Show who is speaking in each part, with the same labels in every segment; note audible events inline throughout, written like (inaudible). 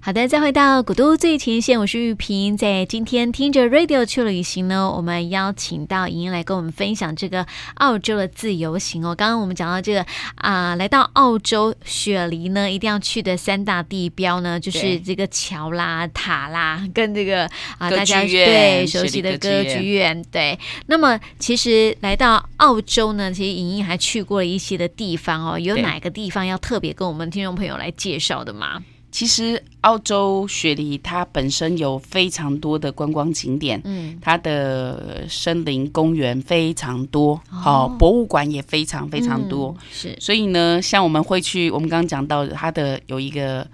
Speaker 1: 好的，再回到古都最前线，我是玉萍。在今天听着 Radio 去旅行呢，我们邀请到莹莹来跟我们分享这个澳洲的自由行哦。刚刚我们讲到这个啊、来到澳洲雪梨呢，一定要去的三大地标呢，就是
Speaker 2: 对
Speaker 1: 这个桥啦、塔啦，跟这个啊、
Speaker 2: 歌
Speaker 1: 大家
Speaker 2: 剧院
Speaker 1: 对熟
Speaker 2: 雪
Speaker 1: 悉
Speaker 2: 梨
Speaker 1: 的歌
Speaker 2: 歌剧
Speaker 1: 剧院。对，那么其实来到澳洲呢，其实莹莹还去过了一些的地方哦。有
Speaker 2: 对
Speaker 1: 哪个地方要特别跟我们听众朋友来介绍的吗？
Speaker 2: 其实澳洲雪梨它本身有非常多的观光景点，
Speaker 1: 嗯，
Speaker 2: 它的森林公园非常多，好、博物馆也非常非常多。
Speaker 1: 哦嗯是
Speaker 2: 所以呢，像我们会去，我们刚刚讲到它的有一个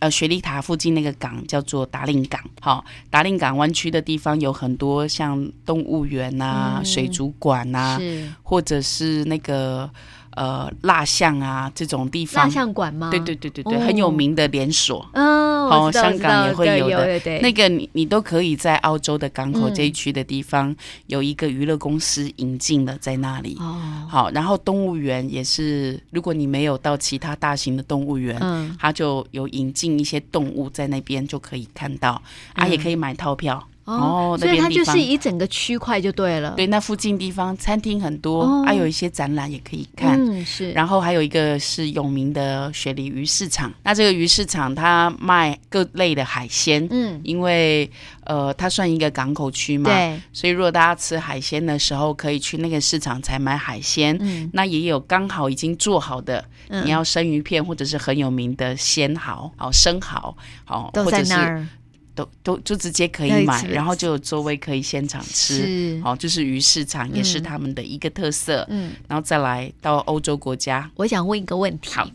Speaker 2: 呃雪梨塔附近那个港叫做达令港，好、达令港湾区的地方有很多像动物园啊、
Speaker 1: 嗯
Speaker 2: 水族馆啊，
Speaker 1: 是
Speaker 2: 或者是那个呃蜡像啊这种地
Speaker 1: 蜡
Speaker 2: 方。
Speaker 1: 像馆吗？
Speaker 2: 对对，对对对，
Speaker 1: 哦
Speaker 2: 很有名的连锁。
Speaker 1: 嗯，我
Speaker 2: 哦
Speaker 1: 知道
Speaker 2: 香港
Speaker 1: 我知道
Speaker 2: 也会
Speaker 1: 对
Speaker 2: 有的
Speaker 1: 对对，
Speaker 2: 那个你你都可以在澳洲的港口
Speaker 1: 嗯
Speaker 2: 这一区的地方、有一个娱乐公司引进了在那里。
Speaker 1: 哦，
Speaker 2: 好，然后动物园也是，如果你没有到其他大型的动物园，
Speaker 1: 嗯，
Speaker 2: 它就有引进一些动物在那边就可以看到啊，
Speaker 1: 嗯
Speaker 2: 也可以买套票。
Speaker 1: 哦
Speaker 2: 哦，
Speaker 1: 所
Speaker 2: 那
Speaker 1: 以
Speaker 2: 边
Speaker 1: 它
Speaker 2: 地
Speaker 1: 就是
Speaker 2: 方
Speaker 1: 一整个区块就对了，
Speaker 2: 对，那附近地方餐厅很多，
Speaker 1: 哦
Speaker 2: 啊，有一些展览也可以看。
Speaker 1: 嗯，是，
Speaker 2: 然后还有一个是有名的雪梨鱼市场，那这个鱼市场它卖各类的海鲜，
Speaker 1: 嗯，
Speaker 2: 因为呃，它算一个港口区嘛，
Speaker 1: 对，
Speaker 2: 所以如果大家吃海鲜的时候，可以去那个市场采买海鲜。
Speaker 1: 嗯，
Speaker 2: 那也有刚好已经做好的，
Speaker 1: 嗯
Speaker 2: 你要生鱼片或者是很有名的鲜蚝，好生蚝，好
Speaker 1: 都
Speaker 2: 或
Speaker 1: 在
Speaker 2: 者
Speaker 1: 那
Speaker 2: 是
Speaker 1: 儿
Speaker 2: 都都就直接
Speaker 1: 可
Speaker 2: 可
Speaker 1: 以
Speaker 2: 以买，
Speaker 1: 吃
Speaker 2: 然后就有座位可以现场吃。哦
Speaker 1: 是，
Speaker 2: 好，就是鱼市场也是
Speaker 1: 嗯
Speaker 2: 他们的一个特色，
Speaker 1: 嗯，
Speaker 2: 然后再来到欧洲国家，
Speaker 1: 我想问一个问题
Speaker 2: 好。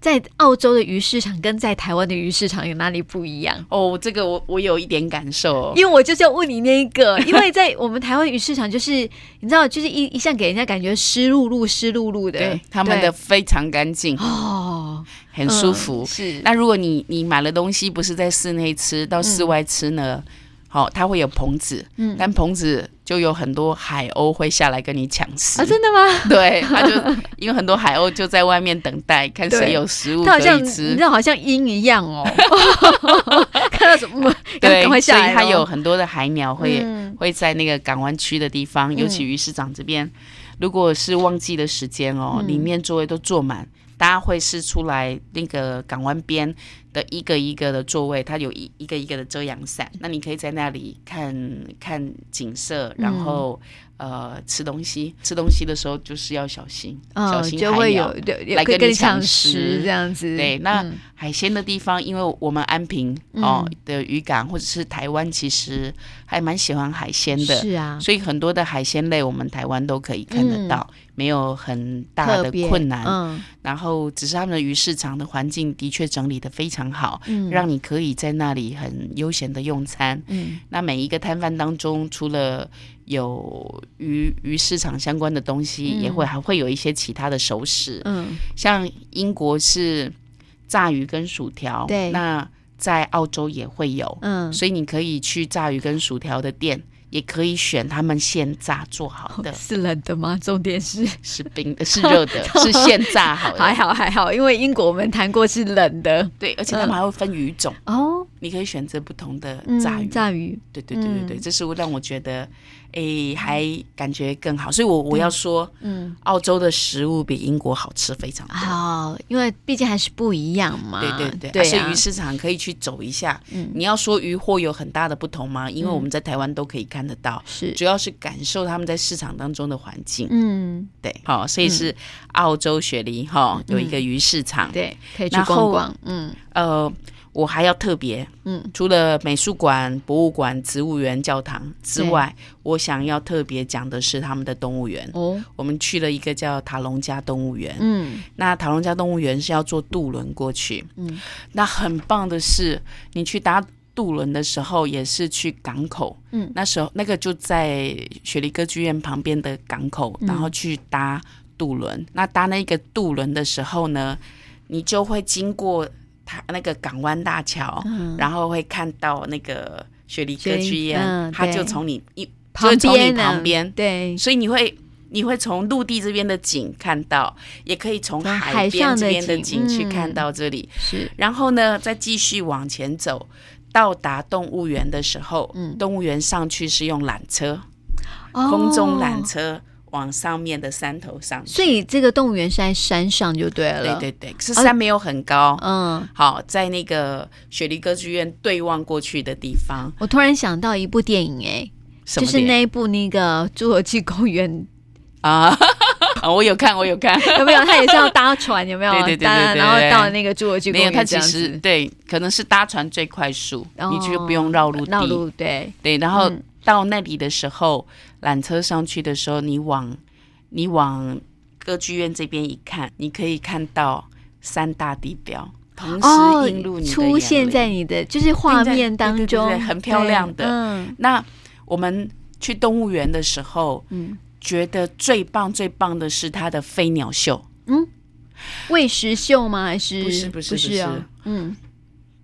Speaker 1: 在澳洲的鱼市场跟在台湾的鱼市场有哪里不一样？
Speaker 2: 哦，这个我我有一点感受、哦，
Speaker 1: 因为我就是要问你那一
Speaker 2: (laughs)
Speaker 1: 个，因为在我们台湾鱼市场，就是你知道，就是一一向给人家感觉湿漉漉、湿漉漉的，
Speaker 2: 对他们的
Speaker 1: 对
Speaker 2: 非常干净，
Speaker 1: 哦，
Speaker 2: 很舒
Speaker 1: 嗯
Speaker 2: 服。
Speaker 1: 是
Speaker 2: 那如果你你买了东西不是在室内吃，到室外吃呢？好，它会有棚子，
Speaker 1: 嗯
Speaker 2: 但棚子就有很多海鸥会下来跟你抢食。
Speaker 1: 啊，真的吗？
Speaker 2: (laughs) 对，它就因为很多海鸥就在外面等待，看
Speaker 1: 对
Speaker 2: 谁有食物
Speaker 1: 它
Speaker 2: 可
Speaker 1: 好像
Speaker 2: 以
Speaker 1: 你
Speaker 2: 吃
Speaker 1: 知。道，好像鹰一样
Speaker 2: (laughs)
Speaker 1: 哦， (laughs) 看到什么赶
Speaker 2: 对
Speaker 1: 赶快，
Speaker 2: 所
Speaker 1: 下来哦嗯
Speaker 2: 以
Speaker 1: 咯。
Speaker 2: 它有很多的海鸟会、
Speaker 1: 嗯
Speaker 2: 会在那个港湾区的地方，尤其鱼市场这边，如果是旺季的时间哦，
Speaker 1: 嗯
Speaker 2: 里面座位都坐满，大家会是出来那个港湾边的一个一个的座位，它有一一个一个的遮阳伞，
Speaker 1: 嗯
Speaker 2: 那你可以在那里看看景色，然后、呃吃东西，吃东西的时候就是要小心，小
Speaker 1: 嗯，
Speaker 2: 心
Speaker 1: 就
Speaker 2: 海
Speaker 1: 会
Speaker 2: 鸟
Speaker 1: 有有有
Speaker 2: 来
Speaker 1: 可以
Speaker 2: 跟
Speaker 1: 跟
Speaker 2: 你
Speaker 1: 你抢
Speaker 2: 抢
Speaker 1: 食
Speaker 2: 食
Speaker 1: 这样子。
Speaker 2: 对，那
Speaker 1: 嗯
Speaker 2: 海鲜的地方，因为我们安平哦、的渔港或者是台湾，其实还蛮喜欢海鲜的，
Speaker 1: 是啊，
Speaker 2: 所以很多的海鲜类我们台湾都可以看得到，没有很大
Speaker 1: 嗯特
Speaker 2: 的
Speaker 1: 别
Speaker 2: 困难。
Speaker 1: 嗯
Speaker 2: 然后只是他们的鱼市场的环境的确整理的非常好，
Speaker 1: 嗯，
Speaker 2: 让你可以在那里很悠闲的用餐。
Speaker 1: 嗯
Speaker 2: 那每一个摊贩当中，除了有鱼鱼市场相关的东西，
Speaker 1: 嗯
Speaker 2: 也会还会有一些其他的熟食。
Speaker 1: 嗯
Speaker 2: 像英国是炸鱼跟薯条，
Speaker 1: 对
Speaker 2: 那在澳洲也会有，
Speaker 1: 嗯，，
Speaker 2: 所以你可以去炸鱼跟薯条的店，也可以选他们现炸做好的
Speaker 1: (laughs) 是冷的吗？重点是
Speaker 2: 是冰的，是热
Speaker 1: (laughs)
Speaker 2: 的，是现炸好的，
Speaker 1: 还。好还好，因为英国我们谈过是冷的
Speaker 2: 对，而且他们还会分鱼种，
Speaker 1: 哦，
Speaker 2: 你可以选择不同的
Speaker 1: 嗯
Speaker 2: 炸鱼。
Speaker 1: 炸鱼，
Speaker 2: 对对对对对，
Speaker 1: 嗯
Speaker 2: 这是让我觉得，诶，还感觉更好。所以我我要说，
Speaker 1: 嗯。
Speaker 2: 澳洲的食物比英国好吃非常多。
Speaker 1: 好，哦因为毕竟还是不一样嘛。
Speaker 2: 对对对，
Speaker 1: 对、
Speaker 2: 而
Speaker 1: 啊
Speaker 2: 且鱼市场可以去走一下。
Speaker 1: 嗯
Speaker 2: 你要说鱼货有很大的不同吗？因为我们在台湾都可以看得到，
Speaker 1: 是
Speaker 2: 主要是感受他们在市场当中的环境。
Speaker 1: 嗯，
Speaker 2: 对，好、所以是澳洲雪梨哈、有一个鱼市场。，
Speaker 1: 对，可以去
Speaker 2: 然
Speaker 1: 逛
Speaker 2: 后
Speaker 1: 逛。嗯
Speaker 2: 呃，我还要特别，
Speaker 1: 嗯，
Speaker 2: 除了美术馆、博物馆、植物园、教堂之
Speaker 1: 对
Speaker 2: 外，我想要特别讲的是他们的动物园。
Speaker 1: 哦，
Speaker 2: 我们去了一个叫塔隆加动物园，
Speaker 1: 嗯
Speaker 2: 那塔隆加动物园是要坐渡轮过去，
Speaker 1: 嗯，
Speaker 2: 那很棒的是，你去搭渡轮的时候也是去港口，
Speaker 1: 嗯
Speaker 2: 那时候那个就在雪梨歌剧院旁边的港口，
Speaker 1: 嗯
Speaker 2: 然后去搭渡轮。那搭那个渡轮的时候呢，你就会经过它那个港湾大桥，
Speaker 1: 嗯，
Speaker 2: 然后会看到那个雪梨歌剧
Speaker 1: 雪梨嗯
Speaker 2: 院，它
Speaker 1: 对
Speaker 2: 就从你一，就会从你
Speaker 1: 呢
Speaker 2: 旁边
Speaker 1: 对，
Speaker 2: 所以你会你会从陆地这边的景看到，也可以从
Speaker 1: 从海
Speaker 2: 海边
Speaker 1: 上
Speaker 2: 这
Speaker 1: 的
Speaker 2: 边的
Speaker 1: 景
Speaker 2: 景去看
Speaker 1: 嗯
Speaker 2: 到这里。
Speaker 1: 是
Speaker 2: 然后呢，再继续往前走，到达动物园的时候，
Speaker 1: 嗯
Speaker 2: 动物园上去是用缆车，空中缆
Speaker 1: 哦
Speaker 2: 车往上面的山头上去。
Speaker 1: 所以这个动物园是在山上就对
Speaker 2: 对
Speaker 1: 了。
Speaker 2: 对对，是
Speaker 1: 哦
Speaker 2: 山没有很高。
Speaker 1: 嗯，
Speaker 2: 好，在那个雪梨歌剧院对望过去的地方，
Speaker 1: 我突然想到一部电影、诶，
Speaker 2: 什
Speaker 1: 就
Speaker 2: 么
Speaker 1: 是
Speaker 2: 点
Speaker 1: 那一部那个侏罗纪公园， (laughs)
Speaker 2: 啊， (laughs) 我有看，我有看。
Speaker 1: 有没有？它也是要搭船，有没有？
Speaker 2: 对对对对
Speaker 1: 搭
Speaker 2: 对
Speaker 1: 然后
Speaker 2: 对
Speaker 1: 到那个侏罗纪公
Speaker 2: 没有，
Speaker 1: 园
Speaker 2: 它
Speaker 1: 这
Speaker 2: 其
Speaker 1: 样
Speaker 2: 实
Speaker 1: 子
Speaker 2: 对，可能是搭船最快速，
Speaker 1: 哦
Speaker 2: 你就不用绕陆地。
Speaker 1: 绕路，对，
Speaker 2: 对，然后
Speaker 1: 嗯
Speaker 2: 到那里的时候，缆车上去的时候，你往你往歌剧院这边一看，你可以看到三大地标同时映入你的眼
Speaker 1: 哦出现
Speaker 2: 帘
Speaker 1: 在你的就是画面当
Speaker 2: 对对
Speaker 1: 中，
Speaker 2: 对对很漂亮的
Speaker 1: 对嗯
Speaker 2: 那我们去动物园的时候，
Speaker 1: 嗯，
Speaker 2: 觉得最棒最棒的是它的飞鸟秀，
Speaker 1: 喂食秀吗？还是
Speaker 2: 不是不是
Speaker 1: 不
Speaker 2: 不
Speaker 1: 啊
Speaker 2: 是？
Speaker 1: 嗯，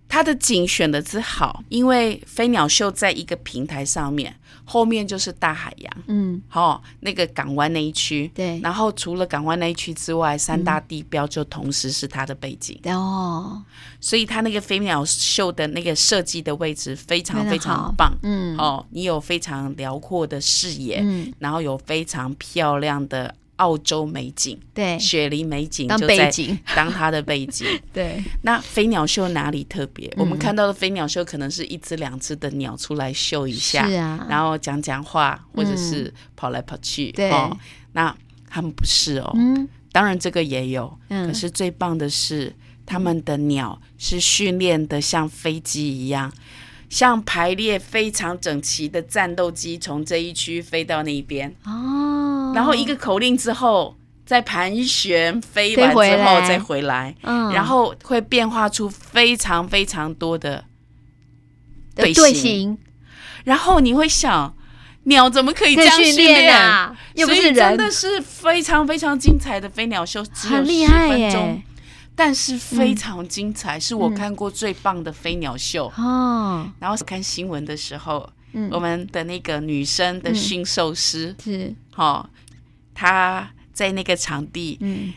Speaker 2: 它的景选的之好，因为飞鸟秀在一个平台上面，后面就是大海洋，
Speaker 1: 嗯，
Speaker 2: 哦，那个港湾那一区。
Speaker 1: 对，
Speaker 2: 然后除了港湾那一区之外，三大地标就同时是它的背景，
Speaker 1: 哦，
Speaker 2: 所以它那个飞鸟秀的那个设计的位置非
Speaker 1: 真
Speaker 2: 常
Speaker 1: 的
Speaker 2: 非
Speaker 1: 好
Speaker 2: 常棒。
Speaker 1: 嗯，
Speaker 2: 哦，你有非常辽阔的视野，
Speaker 1: 嗯，
Speaker 2: 然后有非常漂亮的澳洲美景、
Speaker 1: 对，
Speaker 2: 雪梨美景
Speaker 1: 当
Speaker 2: 就
Speaker 1: 背
Speaker 2: 在
Speaker 1: 景，
Speaker 2: (laughs) 当它的
Speaker 1: (laughs)
Speaker 2: 背景。
Speaker 1: 对，
Speaker 2: 那飞鸟秀哪里特别？
Speaker 1: 嗯
Speaker 2: 我们看到的飞鸟秀可能是一只两只的鸟出来秀一下，
Speaker 1: 是啊，嗯
Speaker 2: 然后讲讲话，或者是跑来跑去。
Speaker 1: 对
Speaker 2: 哦，那他们不是哦，
Speaker 1: 嗯
Speaker 2: 当然这个也有，
Speaker 1: 嗯，
Speaker 2: 可是最棒的是他们的鸟是训练的像飞机一样。像排列非常整齐的战斗机从这一区飞到那一边，
Speaker 1: 哦，
Speaker 2: 然后一个口令之后，再盘旋飞完
Speaker 1: 飞回
Speaker 2: 之后
Speaker 1: 来
Speaker 2: 再回来，
Speaker 1: 嗯，
Speaker 2: 然后会变化出非常非常多的，
Speaker 1: 的
Speaker 2: 队
Speaker 1: 队
Speaker 2: 形
Speaker 1: 形
Speaker 2: 然后你会想，鸟怎么可以这
Speaker 1: 在
Speaker 2: 样
Speaker 1: 训
Speaker 2: 练
Speaker 1: 练？啊，又不
Speaker 2: 所以
Speaker 1: 是
Speaker 2: 真
Speaker 1: 人，
Speaker 2: 的是非常非常精彩的飞鸟秀，只有
Speaker 1: 很厉
Speaker 2: 10
Speaker 1: 害
Speaker 2: 分钟
Speaker 1: 耶，，嗯
Speaker 2: 但是非常精彩，是我看过最棒的飞鸟秀。
Speaker 1: 哦，
Speaker 2: 然后看新闻的时候，
Speaker 1: 嗯
Speaker 2: 我，们的那个女生的
Speaker 1: 嗯
Speaker 2: 驯兽师，
Speaker 1: 是，
Speaker 2: 哦，她在那个场地，
Speaker 1: 嗯，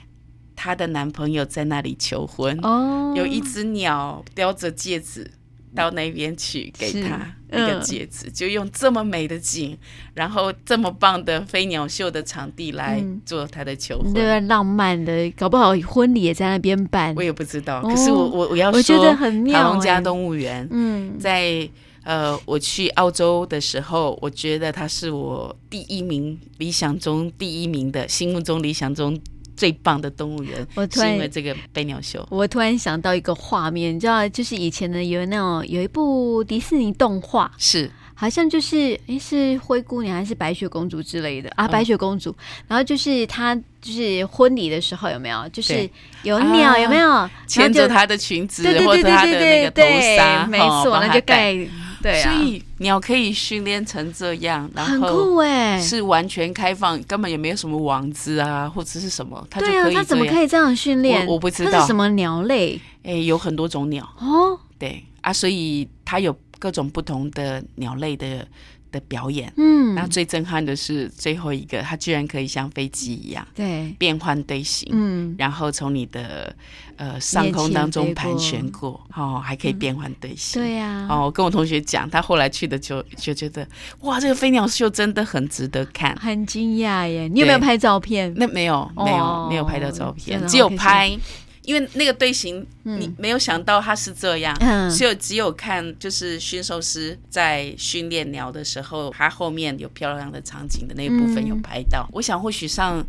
Speaker 2: 她的男朋友在那里求婚。
Speaker 1: 哦，
Speaker 2: 嗯有一只鸟叼着戒指到那边去，给他
Speaker 1: 是嗯
Speaker 2: 一个戒指，就用这么美的景，然后这么棒的飞鸟秀的场地来
Speaker 1: 嗯
Speaker 2: 做他的求
Speaker 1: 对
Speaker 2: 婚。
Speaker 1: 浪漫的，搞不好婚礼也在那边办
Speaker 2: 我，也不知道，
Speaker 1: 哦
Speaker 2: 可是我我我要
Speaker 1: 我
Speaker 2: 说，
Speaker 1: 觉得很妙
Speaker 2: 塔隆加
Speaker 1: 欸
Speaker 2: 动物园
Speaker 1: 嗯，
Speaker 2: 在。呃，我去澳洲的时候，我觉得它是我第一名，理想中第一名的，心目中理想中最棒的动物园，
Speaker 1: 我突
Speaker 2: 是
Speaker 1: 然
Speaker 2: 因为这个飞鸟秀。
Speaker 1: 我突然想到一个画面，你知道，就是以前呢有那种有一部迪士尼动画，
Speaker 2: 是，
Speaker 1: 好像就是诶是灰姑娘还是白雪公主之类的啊，
Speaker 2: 嗯
Speaker 1: 白雪公主。然后就是她就是婚礼的时候有没有，就是
Speaker 2: 对
Speaker 1: 有鸟、
Speaker 2: 啊
Speaker 1: 有没有，然
Speaker 2: 牵
Speaker 1: 后
Speaker 2: 着
Speaker 1: 就
Speaker 2: 她的裙子
Speaker 1: 对对
Speaker 2: 或
Speaker 1: 对对
Speaker 2: 者她的那
Speaker 1: 对对
Speaker 2: 个头
Speaker 1: 对
Speaker 2: 纱，，
Speaker 1: 没
Speaker 2: 哦
Speaker 1: 错，
Speaker 2: 帮
Speaker 1: 那
Speaker 2: 她
Speaker 1: 就
Speaker 2: 戴
Speaker 1: 盖对啊，
Speaker 2: 所以鸟可以训练成这样，然
Speaker 1: 很
Speaker 2: 后
Speaker 1: 酷哎、
Speaker 2: 是完全开放，根本也没有什么网子啊或者是什么，它就
Speaker 1: 对啊
Speaker 2: 可，以
Speaker 1: 它怎么
Speaker 2: 这样。
Speaker 1: 可以这样训练？
Speaker 2: 我我不知
Speaker 1: 它是
Speaker 2: 道
Speaker 1: 什么鸟类
Speaker 2: 哎、有很多种鸟，
Speaker 1: 哦，
Speaker 2: 对啊，所以它有各种不同的鸟类的的表演。那
Speaker 1: 嗯，
Speaker 2: 最震撼的是最后一个，它居然可以像飞机一样
Speaker 1: 对，
Speaker 2: 变换队形。
Speaker 1: 嗯，
Speaker 2: 然后从你的呃上空当中盘旋过，哦，还
Speaker 1: 嗯
Speaker 2: 可以变换队形，
Speaker 1: 对啊呀、
Speaker 2: 哦，我跟我同学讲，他后来去的就就觉得，哇，这个飞鸟秀真的很值得看。
Speaker 1: 很惊讶耶！你有没有
Speaker 2: 对
Speaker 1: 拍照片？
Speaker 2: 那没有，没有，
Speaker 1: 哦
Speaker 2: 没有拍到照
Speaker 1: 真
Speaker 2: 片，
Speaker 1: 的
Speaker 2: 只有
Speaker 1: 好可惜
Speaker 2: 拍，因为那个队形，
Speaker 1: 嗯
Speaker 2: 你没有想到它是这样。
Speaker 1: 嗯
Speaker 2: 只有只有看，就是驯兽师在训练鸟的时候，它后面有漂亮的场景的那一部分
Speaker 1: 嗯
Speaker 2: 有拍到。我想或许上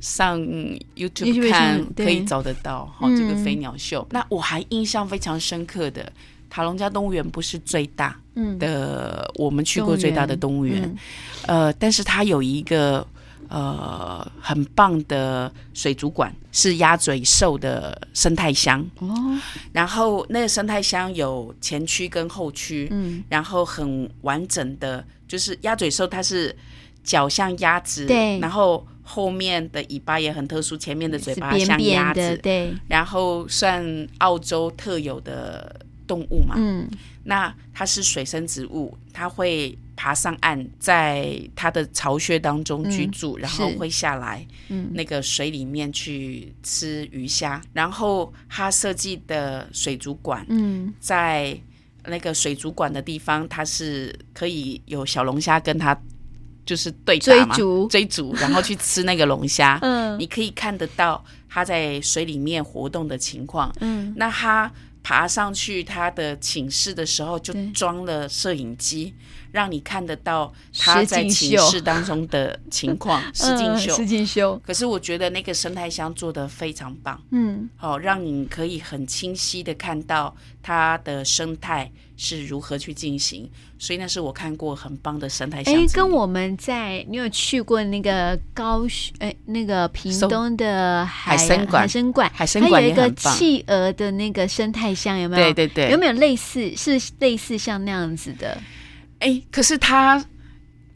Speaker 2: 上
Speaker 1: YouTube
Speaker 2: YouTube 看
Speaker 1: 上对
Speaker 2: 可以找得到哈、
Speaker 1: 嗯
Speaker 2: 这个飞鸟秀。那我还印象非常深刻的，塔隆加动物园不是最大
Speaker 1: 嗯，
Speaker 2: 的，呃我们去过最大的动物园，呃，但是它有一个呃很棒的水族馆，是鸭嘴兽的生态箱。
Speaker 1: 嗯哦，
Speaker 2: 然后那个生态箱有前区跟后区，
Speaker 1: 嗯，
Speaker 2: 然后很完整的，就是鸭嘴兽它是脚像鸭子，
Speaker 1: 对
Speaker 2: 然后后面的尾巴也很特殊，前面的嘴
Speaker 1: 是
Speaker 2: 巴
Speaker 1: 扁
Speaker 2: 像
Speaker 1: 扁
Speaker 2: 鸭子，
Speaker 1: 的，对，
Speaker 2: 然后算澳洲特有的动物嘛。
Speaker 1: 嗯，
Speaker 2: 那它是水生植物，它会爬爬上岸，在它的巢穴当中居住，
Speaker 1: 嗯
Speaker 2: 然后
Speaker 1: 是
Speaker 2: 会下来
Speaker 1: 嗯
Speaker 2: 那个水里面去吃鱼虾。然后它设计的水族馆
Speaker 1: 嗯，
Speaker 2: 在那个水族馆的地方，它是可以有小龙虾跟它就是对打
Speaker 1: 追
Speaker 2: 嘛，
Speaker 1: 逐，。
Speaker 2: 追逐，然后去吃那个龙虾
Speaker 1: (laughs) 嗯
Speaker 2: 你可以看得到它在水里面活动的情况。
Speaker 1: 嗯，
Speaker 2: 那他爬上去他的寝室的时候，就
Speaker 1: 对
Speaker 2: 装了摄影机，让你看得到他在
Speaker 1: 实景
Speaker 2: 寝
Speaker 1: 秀
Speaker 2: 室当中的情
Speaker 1: (laughs)
Speaker 2: 况。实景
Speaker 1: 嗯
Speaker 2: 秀。
Speaker 1: 石进修，
Speaker 2: 可是我觉得那个生态箱做得非常棒，
Speaker 1: 嗯
Speaker 2: 好、哦，让你可以很清晰的看到它的生态是如何去进行，所以那是我看过很棒的生态箱之
Speaker 1: 哎
Speaker 2: 一。，
Speaker 1: 跟我们在你有去过那个高雄哎那个屏
Speaker 2: 松
Speaker 1: 东的海
Speaker 2: 海参馆
Speaker 1: 海参馆，
Speaker 2: 海参
Speaker 1: 它有
Speaker 2: 馆
Speaker 1: 一
Speaker 2: 也
Speaker 1: 个
Speaker 2: 很棒，
Speaker 1: 企鹅的那个生态箱，有没有？
Speaker 2: 对对对，
Speaker 1: 有没有类似是类似像那样子的？
Speaker 2: 哎，可是它，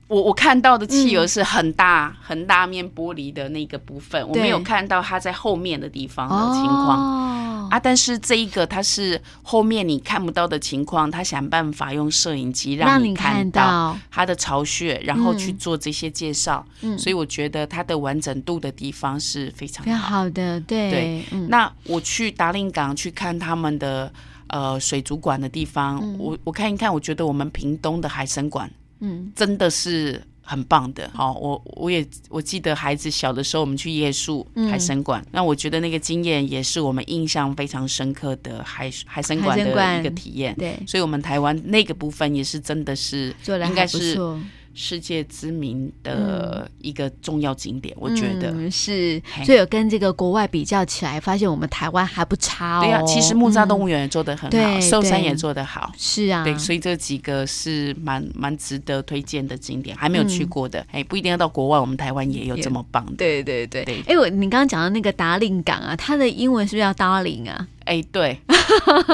Speaker 2: 我我看到的企
Speaker 1: 嗯
Speaker 2: 鹅是很大、很大面玻璃的那个部分，我
Speaker 1: 对
Speaker 2: 没有看到它在后面的地方的情况、
Speaker 1: 哦
Speaker 2: 啊。但是这一个它是后面你看不到的情况，它想办法用摄影机
Speaker 1: 让
Speaker 2: 你
Speaker 1: 你看
Speaker 2: 到
Speaker 1: 到，
Speaker 2: 它的巢穴，然后去
Speaker 1: 嗯
Speaker 2: 做这些介绍。
Speaker 1: 嗯，
Speaker 2: 所以我觉得它的完整度的地方是非常
Speaker 1: 非常
Speaker 2: 好。
Speaker 1: 好的，对，
Speaker 2: 对
Speaker 1: 嗯，
Speaker 2: 那我去达令港去看他们的呃水族馆的地方，
Speaker 1: 嗯
Speaker 2: 我我看一看，我觉得我们屏东的海参馆。
Speaker 1: 嗯
Speaker 2: 真的是很棒的。好、我我也我记得孩子小的时候，我们去夜宿
Speaker 1: 嗯
Speaker 2: 海参馆，那我觉得那个经验也是我们印象非常深刻的海海参馆
Speaker 1: 海参馆
Speaker 2: 的一个体验。
Speaker 1: 对，
Speaker 2: 所以，我们台湾那个部分也是真的是
Speaker 1: 做的
Speaker 2: 应该
Speaker 1: 还不
Speaker 2: 是
Speaker 1: 错，
Speaker 2: 世界知名的一个重要景点，我觉得。
Speaker 1: 嗯、是，
Speaker 2: 嘿
Speaker 1: 所以有跟这个国外比较起来，发现我们台湾还不差哦。
Speaker 2: 对啊，其实木栅
Speaker 1: 嗯
Speaker 2: 动物园也做得很好，
Speaker 1: 对
Speaker 2: 寿山
Speaker 1: 对
Speaker 2: 也做得好，
Speaker 1: 是啊，
Speaker 2: 对，所以这几个是蛮蛮值得推荐的景点，还没有去
Speaker 1: 嗯
Speaker 2: 过的，哎、不一定要到国外，我们台湾也有
Speaker 1: 也
Speaker 2: 这么棒的。
Speaker 1: 对对对
Speaker 2: 对
Speaker 1: 哎，我你刚刚讲到那个达令港啊，它的英文是不是叫 Darling 啊？
Speaker 2: 哎、对， (laughs)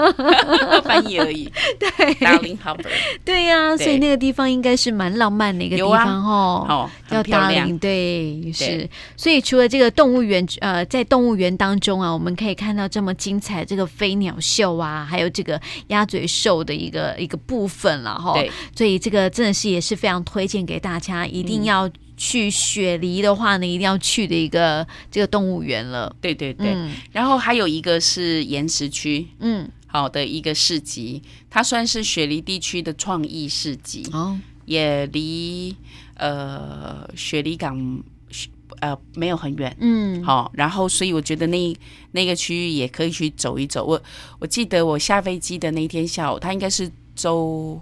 Speaker 2: 翻
Speaker 1: (laughs)
Speaker 2: 译而已。对，Darling Harbor，
Speaker 1: 对呀、
Speaker 2: 对
Speaker 1: 所以那个地方应该是蛮浪漫的一个地
Speaker 2: 有啊
Speaker 1: 方哦。
Speaker 2: 哦，
Speaker 1: 叫
Speaker 2: 很漂亮
Speaker 1: Darling，对，是。所以除了这个动物园，呃，在动物园当中啊，我们可以看到这么精彩的这个飞鸟秀啊，还有这个鸭嘴兽的一个一个部分了哈。
Speaker 2: 对，
Speaker 1: 所以这个真的是也是非常推荐给大家，一定要去雪梨的话呢，一定要去的一个这个动物园了。
Speaker 2: 对对对。
Speaker 1: 嗯
Speaker 2: 然后还有一个是岩石区，
Speaker 1: 嗯，
Speaker 2: 好的一个市集，它算是雪梨地区的创意市集，
Speaker 1: 哦，
Speaker 2: 也离呃雪梨港呃没有很远。
Speaker 1: 嗯，
Speaker 2: 好、然后所以我觉得那那个区域也可以去走一走。我我记得我下飞机的那天下午，它应该是周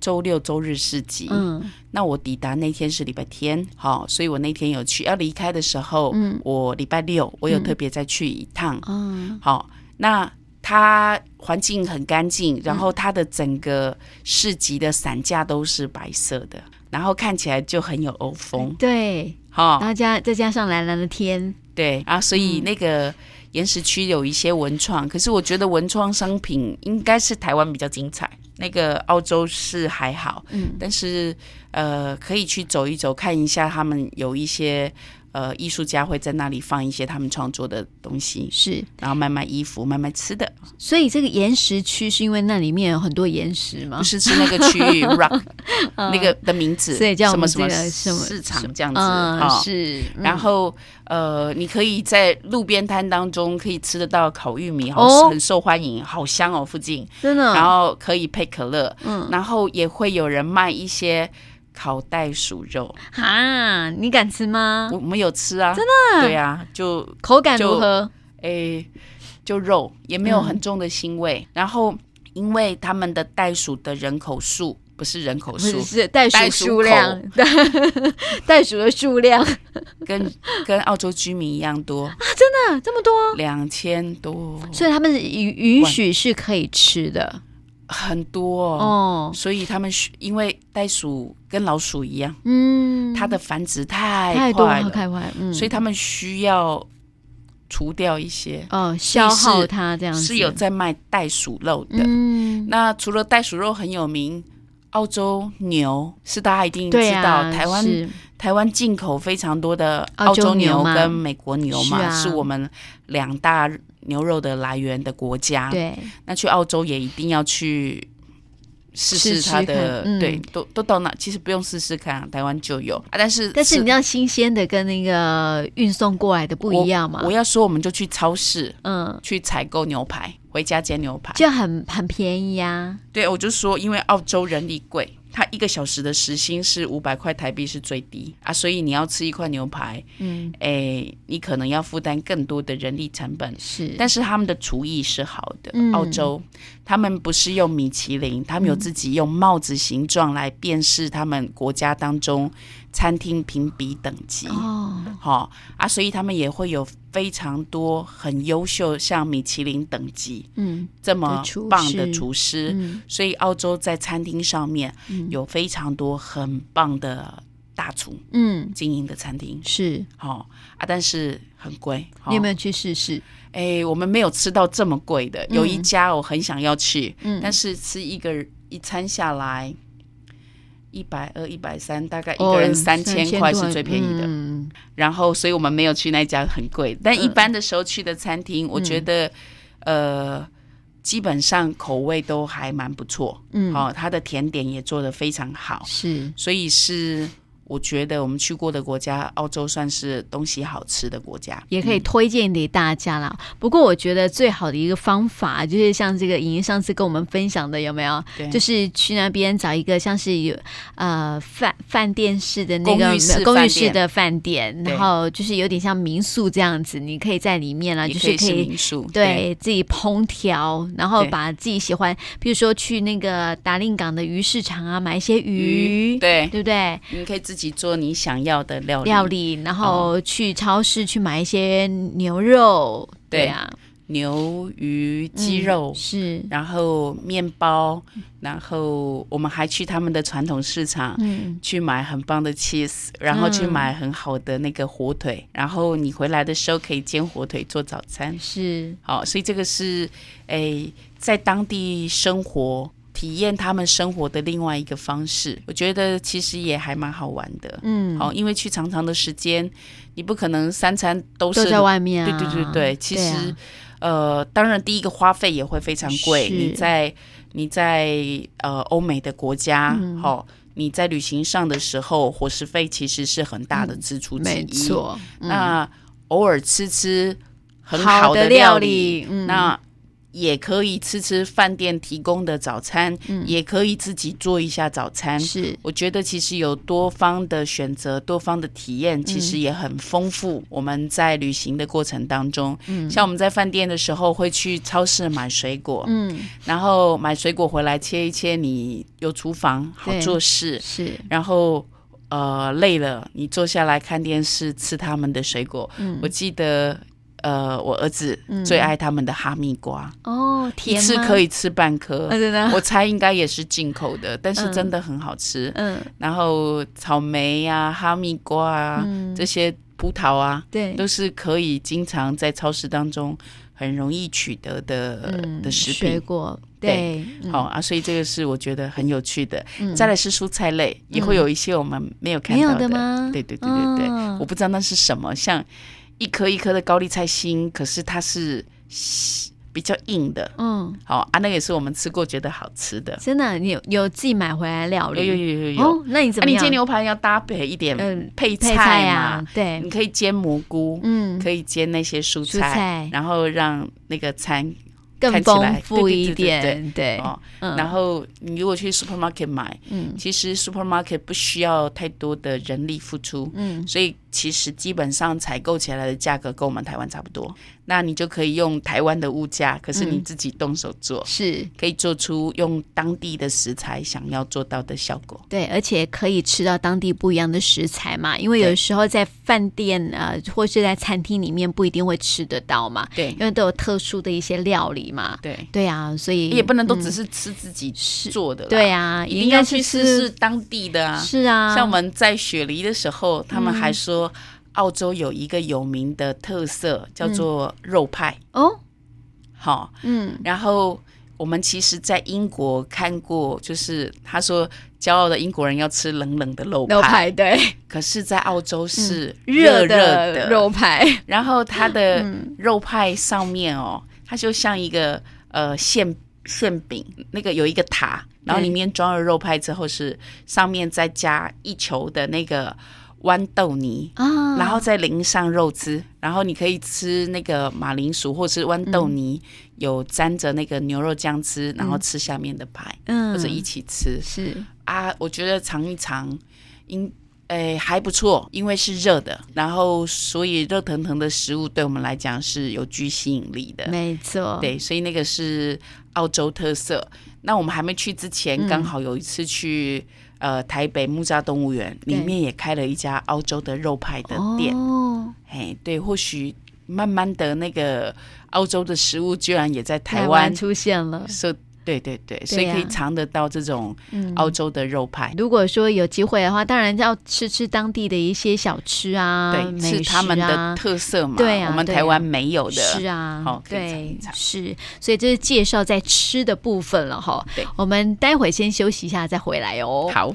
Speaker 2: 周六周日市集，
Speaker 1: 嗯
Speaker 2: 那我抵达那天是礼拜天，好、所以我那天有去。要离开的时候，
Speaker 1: 嗯
Speaker 2: 我礼拜六我有
Speaker 1: 嗯
Speaker 2: 特别再去一趟，
Speaker 1: 嗯
Speaker 2: 好、那。它环境很干
Speaker 1: 嗯
Speaker 2: 净，然后它的整个市集的伞架都是白色的，然后看起来就很有欧风，
Speaker 1: 对，
Speaker 2: 哈、
Speaker 1: 然后加再加上蓝蓝的天，
Speaker 2: 对啊，所以
Speaker 1: 嗯
Speaker 2: 那个岩石区有一些文创，可是我觉得文创商品应该是台湾比较精彩，那个澳洲是还好，
Speaker 1: 嗯，
Speaker 2: 但是呃，可以去走一走，看一下他们有一些呃艺术家会在那里放一些他们创作的东西，
Speaker 1: 是。
Speaker 2: 然后卖卖衣服，卖卖吃的，
Speaker 1: 所以这个岩石区是因为那里面有很多岩石吗
Speaker 2: 不？是吃那个区
Speaker 1: (laughs)
Speaker 2: 域 rock 那个的名字，
Speaker 1: 哦所以叫我
Speaker 2: 什么
Speaker 1: 们
Speaker 2: 什么
Speaker 1: 这个什么
Speaker 2: 市场这样子
Speaker 1: 嗯，
Speaker 2: 啊。
Speaker 1: 是。嗯
Speaker 2: 然后呃，你可以在路边摊当中可以吃得到烤玉米，好、
Speaker 1: 哦
Speaker 2: 很受欢迎，好香哦，附近。
Speaker 1: 真的，
Speaker 2: 然后可以配可乐，
Speaker 1: 嗯
Speaker 2: 然后也会有人卖一些烤袋鼠肉，
Speaker 1: 啊，你敢吃吗
Speaker 2: 我？我们有吃啊，真的对啊，就
Speaker 1: 口感如何？
Speaker 2: 诶、就肉也没有很重的腥味。
Speaker 1: 嗯
Speaker 2: 然后因为他们的袋鼠的人口数不是人口
Speaker 1: 不
Speaker 2: 数
Speaker 1: 是，是袋
Speaker 2: 袋鼠
Speaker 1: 数量，袋 (laughs) 袋鼠的数量 (laughs) 啊，
Speaker 2: 跟跟澳洲居民一样多，
Speaker 1: 这么多，
Speaker 2: 两千多，
Speaker 1: (laughs) 所以他们允允许是可以吃的
Speaker 2: 很多哦。
Speaker 1: 哦。
Speaker 2: 所以他们需因为袋鼠跟老鼠一样，
Speaker 1: 嗯，
Speaker 2: 它的繁殖太
Speaker 1: 太多
Speaker 2: 快
Speaker 1: 了，
Speaker 2: 了，
Speaker 1: 太快，嗯，
Speaker 2: 所以他们需要除掉一些，
Speaker 1: 哦消耗它这样子
Speaker 2: 是有在卖袋鼠肉的。
Speaker 1: 嗯，
Speaker 2: 那除了袋鼠肉很有名，澳洲牛是大家一定
Speaker 1: 对
Speaker 2: 知道，
Speaker 1: 啊，
Speaker 2: 台湾
Speaker 1: 是
Speaker 2: 台湾进口非常多的
Speaker 1: 澳
Speaker 2: 澳
Speaker 1: 洲
Speaker 2: 洲
Speaker 1: 牛
Speaker 2: 牛
Speaker 1: 嘛
Speaker 2: 跟美国牛嘛，
Speaker 1: 是啊
Speaker 2: 我们两大啊牛肉的来源的国家。
Speaker 1: 对
Speaker 2: 那去澳洲也一定要去试
Speaker 1: 试
Speaker 2: 试
Speaker 1: 试
Speaker 2: 它
Speaker 1: 看
Speaker 2: 的，
Speaker 1: 嗯
Speaker 2: 对，都都到那，其实不用试试看、啊，台湾就有啊。但是
Speaker 1: 但是你要新鲜的跟那个运送过来的不一样嘛
Speaker 2: 我，我要啊说，我们就去超市
Speaker 1: 嗯，
Speaker 2: 去采购牛排，回家煎牛排。
Speaker 1: 就很很便宜呀、
Speaker 2: 对，我就说，因为澳洲人力贵，他一个小时的时薪是五百块台币是最低啊，所以你要吃一块牛排，
Speaker 1: 嗯，
Speaker 2: 诶，你可能要负担更多的人力成本。
Speaker 1: 是，
Speaker 2: 但是他们的厨艺是好的，
Speaker 1: 嗯
Speaker 2: 澳洲他们不是用米其林，他们有自己用帽子形状来辨识他们国家当中餐厅评比等级。
Speaker 1: 哦，
Speaker 2: 好、啊，所以他们也会有非常多很优秀，像米其林等级
Speaker 1: 嗯
Speaker 2: 这么
Speaker 1: 的厨师
Speaker 2: 棒的厨师。
Speaker 1: 嗯
Speaker 2: 所以澳洲在餐厅上面
Speaker 1: 嗯
Speaker 2: 有非常多很棒的大厨
Speaker 1: 嗯，
Speaker 2: 经营的餐厅，
Speaker 1: 是，
Speaker 2: 好、啊，但是很贵。好
Speaker 1: 你有没有去试试？
Speaker 2: 哎，我们没有吃到这么贵的，有一
Speaker 1: 嗯
Speaker 2: 家我很想要去，
Speaker 1: 嗯，
Speaker 2: 但
Speaker 1: 是
Speaker 2: 是吃一个一餐下来。一百二、一百三，大概一
Speaker 1: 哦
Speaker 2: 个人三千块
Speaker 1: 多
Speaker 2: 是最便宜的。
Speaker 1: 嗯
Speaker 2: 然后，所以我们没有去那家很贵，但
Speaker 1: 嗯
Speaker 2: 一般的时候去的餐厅，我觉得，呃，基本上口味都还蛮不错，
Speaker 1: 嗯，
Speaker 2: 哦，它的甜点也做得非常好，
Speaker 1: 是，
Speaker 2: 所以是我觉得我们去过的国家，澳洲算是东西好吃的国家，
Speaker 1: 也可以推荐给大家啦。不过我觉得最好的一个方法就是像这个莹莹上次跟我们分享的，有没有？
Speaker 2: 对
Speaker 1: 就是去那边找一个像是有呃饭饭店式的那个
Speaker 2: 公寓式
Speaker 1: 公寓
Speaker 2: 饭
Speaker 1: 式
Speaker 2: 店
Speaker 1: 的饭店，
Speaker 2: 对
Speaker 1: 然后就是有点像民宿这样子，你可以在里面啦，啊就
Speaker 2: 也可
Speaker 1: 是
Speaker 2: 以
Speaker 1: 可
Speaker 2: 是
Speaker 1: 以。
Speaker 2: 民宿，
Speaker 1: 对自己烹调，然后
Speaker 2: 对
Speaker 1: 把自己喜欢，比如说去那个达令港的鱼市场啊，买一些鱼，
Speaker 2: 对，
Speaker 1: 对不对？
Speaker 2: 你可以自己做你想要的料理，哦
Speaker 1: 料理，然后去超市去买一些牛肉，
Speaker 2: 对
Speaker 1: 对啊，
Speaker 2: 牛、鱼、鸡
Speaker 1: 嗯
Speaker 2: 肉，
Speaker 1: 是，
Speaker 2: 然后面包，然后我们还去他们的传统市场。
Speaker 1: 嗯，
Speaker 2: 去买很棒的 cheese，然后去买很好的那个火腿，
Speaker 1: 嗯
Speaker 2: 然后你回来的时候可以煎火腿做早餐。
Speaker 1: 是，
Speaker 2: 好，所以这个是诶，在当地生活体验他们生活的另外一个方式，我觉得其实也还蛮好玩的。
Speaker 1: 嗯，
Speaker 2: 好，因为去长长的时间，你不可能三餐都是
Speaker 1: 都在外面啊，
Speaker 2: 对对对对，其
Speaker 1: 对
Speaker 2: 实、
Speaker 1: 啊
Speaker 2: 呃，当然第一个花费也会非常贵。
Speaker 1: 是
Speaker 2: 你在你在呃欧美的国家，
Speaker 1: 嗯
Speaker 2: 好、你在旅行上的时候，伙食费其实是很大的支出之
Speaker 1: 嗯
Speaker 2: 一。
Speaker 1: 没错，嗯
Speaker 2: 那偶尔吃吃很好
Speaker 1: 的
Speaker 2: 料
Speaker 1: 理，嗯，
Speaker 2: 那。也可以吃吃饭店提供的早餐，
Speaker 1: 嗯
Speaker 2: 也可以自己做一下早餐。
Speaker 1: 是
Speaker 2: 我觉得其实有多方的选择，多方的体
Speaker 1: 嗯
Speaker 2: 验，其实也很丰富。我们在旅行的过程当中，像我们在饭店的时候会去超市买水果，
Speaker 1: 嗯
Speaker 2: 然后买水果回来切一切，你有厨房好
Speaker 1: 对
Speaker 2: 做事，
Speaker 1: 是，
Speaker 2: 然后。呃，累了，你坐下来看电视，吃他们的水果。
Speaker 1: 嗯
Speaker 2: 我记得，呃，我儿子
Speaker 1: 嗯
Speaker 2: 最爱他们的哈密瓜，
Speaker 1: 哦，
Speaker 2: 一
Speaker 1: 甜
Speaker 2: 次
Speaker 1: 吗
Speaker 2: 可以吃半颗。
Speaker 1: (laughs) 啊，真的，
Speaker 2: 我猜应该也是进口的，但是
Speaker 1: 嗯
Speaker 2: 真的很好吃。
Speaker 1: 嗯
Speaker 2: 然后草莓呀、哈密瓜啊、
Speaker 1: 嗯，
Speaker 2: 这些葡萄啊，
Speaker 1: 对，
Speaker 2: 都是可以经常在超市当中很容易取得的、
Speaker 1: 嗯
Speaker 2: 的食
Speaker 1: 水
Speaker 2: 品。
Speaker 1: 果，对
Speaker 2: 对，
Speaker 1: 嗯
Speaker 2: 好、啊，所以这个是我觉得很有趣的。
Speaker 1: 嗯
Speaker 2: 再来是蔬菜类，也会有一些我们没有看
Speaker 1: 没
Speaker 2: 到
Speaker 1: 有吗？
Speaker 2: 对对对对对，
Speaker 1: 哦
Speaker 2: 我不知道那是什么，像一颗一颗的高丽菜心，可是它是比较硬的。
Speaker 1: 嗯，
Speaker 2: 好、啊，那个也是我们吃过觉得好吃的。
Speaker 1: 真的，你有有自己买回来料
Speaker 2: 有有
Speaker 1: 理？
Speaker 2: 有有有。
Speaker 1: 哦，那你怎么
Speaker 2: 那、啊你
Speaker 1: 样
Speaker 2: 煎？牛排要搭配一点
Speaker 1: 嗯
Speaker 2: 配
Speaker 1: 配
Speaker 2: 菜嘛，
Speaker 1: 啊，对
Speaker 2: 你，可以煎蘑菇，
Speaker 1: 嗯，
Speaker 2: 可以煎那些蔬
Speaker 1: 蔬
Speaker 2: 菜，
Speaker 1: 菜
Speaker 2: 然后让那个餐，
Speaker 1: 更
Speaker 2: 看起来
Speaker 1: 丰富
Speaker 2: 对对
Speaker 1: 一
Speaker 2: 对对
Speaker 1: 点，对，
Speaker 2: 哦
Speaker 1: 嗯，
Speaker 2: 然后你如果去 supermarket 买，
Speaker 1: 嗯
Speaker 2: 其实 supermarket 不需要太多的人力付出。
Speaker 1: 嗯
Speaker 2: 所以其实基本上采购起来的价格跟我们台湾差不多，那你就可以用台湾的物价，可是你
Speaker 1: 嗯
Speaker 2: 自己动手做，
Speaker 1: 是。
Speaker 2: 可以做出用当地的食材想要做到的效果。
Speaker 1: 对，而且可以吃到当地不一样的食材嘛，因为有
Speaker 2: 对
Speaker 1: 时候在饭店呃，或是在餐厅里面不一定会吃得到嘛，
Speaker 2: 对
Speaker 1: 因为都有特殊的一些料理嘛。
Speaker 2: 对，
Speaker 1: 对啊，所以
Speaker 2: 也不能都
Speaker 1: 嗯
Speaker 2: 只是吃自己
Speaker 1: 是
Speaker 2: 做的啦，
Speaker 1: 对啊，
Speaker 2: 一
Speaker 1: 也
Speaker 2: 定
Speaker 1: 应
Speaker 2: 要
Speaker 1: 该
Speaker 2: 去
Speaker 1: 是
Speaker 2: 试试当地的啊。
Speaker 1: 是啊，嗯
Speaker 2: 像我们在雪梨的时候，他们还说澳洲有一个有名的特色叫做肉派，
Speaker 1: 哦，
Speaker 2: 好、
Speaker 1: 嗯
Speaker 2: 然后。我们其实，在英国看过，就是他说骄傲的英国人要吃冷冷的肉
Speaker 1: 肉
Speaker 2: 派，
Speaker 1: 排
Speaker 2: (laughs)
Speaker 1: 对，
Speaker 2: 可是，在澳洲是
Speaker 1: 热
Speaker 2: 热
Speaker 1: 的肉排，
Speaker 2: 然后它的肉派上面哦，它就像一个呃馅馅饼，那个有一个塔，然后里面装了肉派之后是上面再加一球的那个豌豆泥，
Speaker 1: 啊，
Speaker 2: (laughs) 然后再淋上肉汁，然后你可以吃那个马铃薯或是豌豆泥，有沾着那个牛肉酱汁，然后吃下面的排、
Speaker 1: 嗯，
Speaker 2: 或者一起吃
Speaker 1: 是
Speaker 2: 啊。我觉得尝一尝，应诶、还不错，因为是热的，然后所以热腾腾的食物对我们来讲是有具吸引力的。
Speaker 1: 没错，
Speaker 2: 对，所以那个是澳洲特色。那我们还没去之前，
Speaker 1: 嗯
Speaker 2: 刚好有一次去呃台北木栅动物园，里
Speaker 1: 对
Speaker 2: 面也开了一家澳洲的肉派的店。
Speaker 1: 哦，
Speaker 2: 嘿，对，或许慢慢的那个澳洲的食物居然也在台
Speaker 1: 台
Speaker 2: 湾
Speaker 1: 湾出现了，
Speaker 2: 设，对对对，所以可以
Speaker 1: 呀
Speaker 2: 尝得到这种
Speaker 1: 嗯。
Speaker 2: 澳洲的肉派。
Speaker 1: 如果说有机会的话，当然要吃吃当地的一些小吃啊，
Speaker 2: 对，
Speaker 1: 美
Speaker 2: 是
Speaker 1: 食
Speaker 2: 他们的
Speaker 1: 啊
Speaker 2: 特色嘛？
Speaker 1: 对啊
Speaker 2: 我们
Speaker 1: 对
Speaker 2: 台
Speaker 1: 啊
Speaker 2: 湾没有的。
Speaker 1: 是啊，
Speaker 2: 好可以尝
Speaker 1: 对
Speaker 2: 一，尝
Speaker 1: 是，所以这是介绍在吃的部分了哈。
Speaker 2: 对
Speaker 1: 我们待会先休息一下再回来哦。
Speaker 2: 好，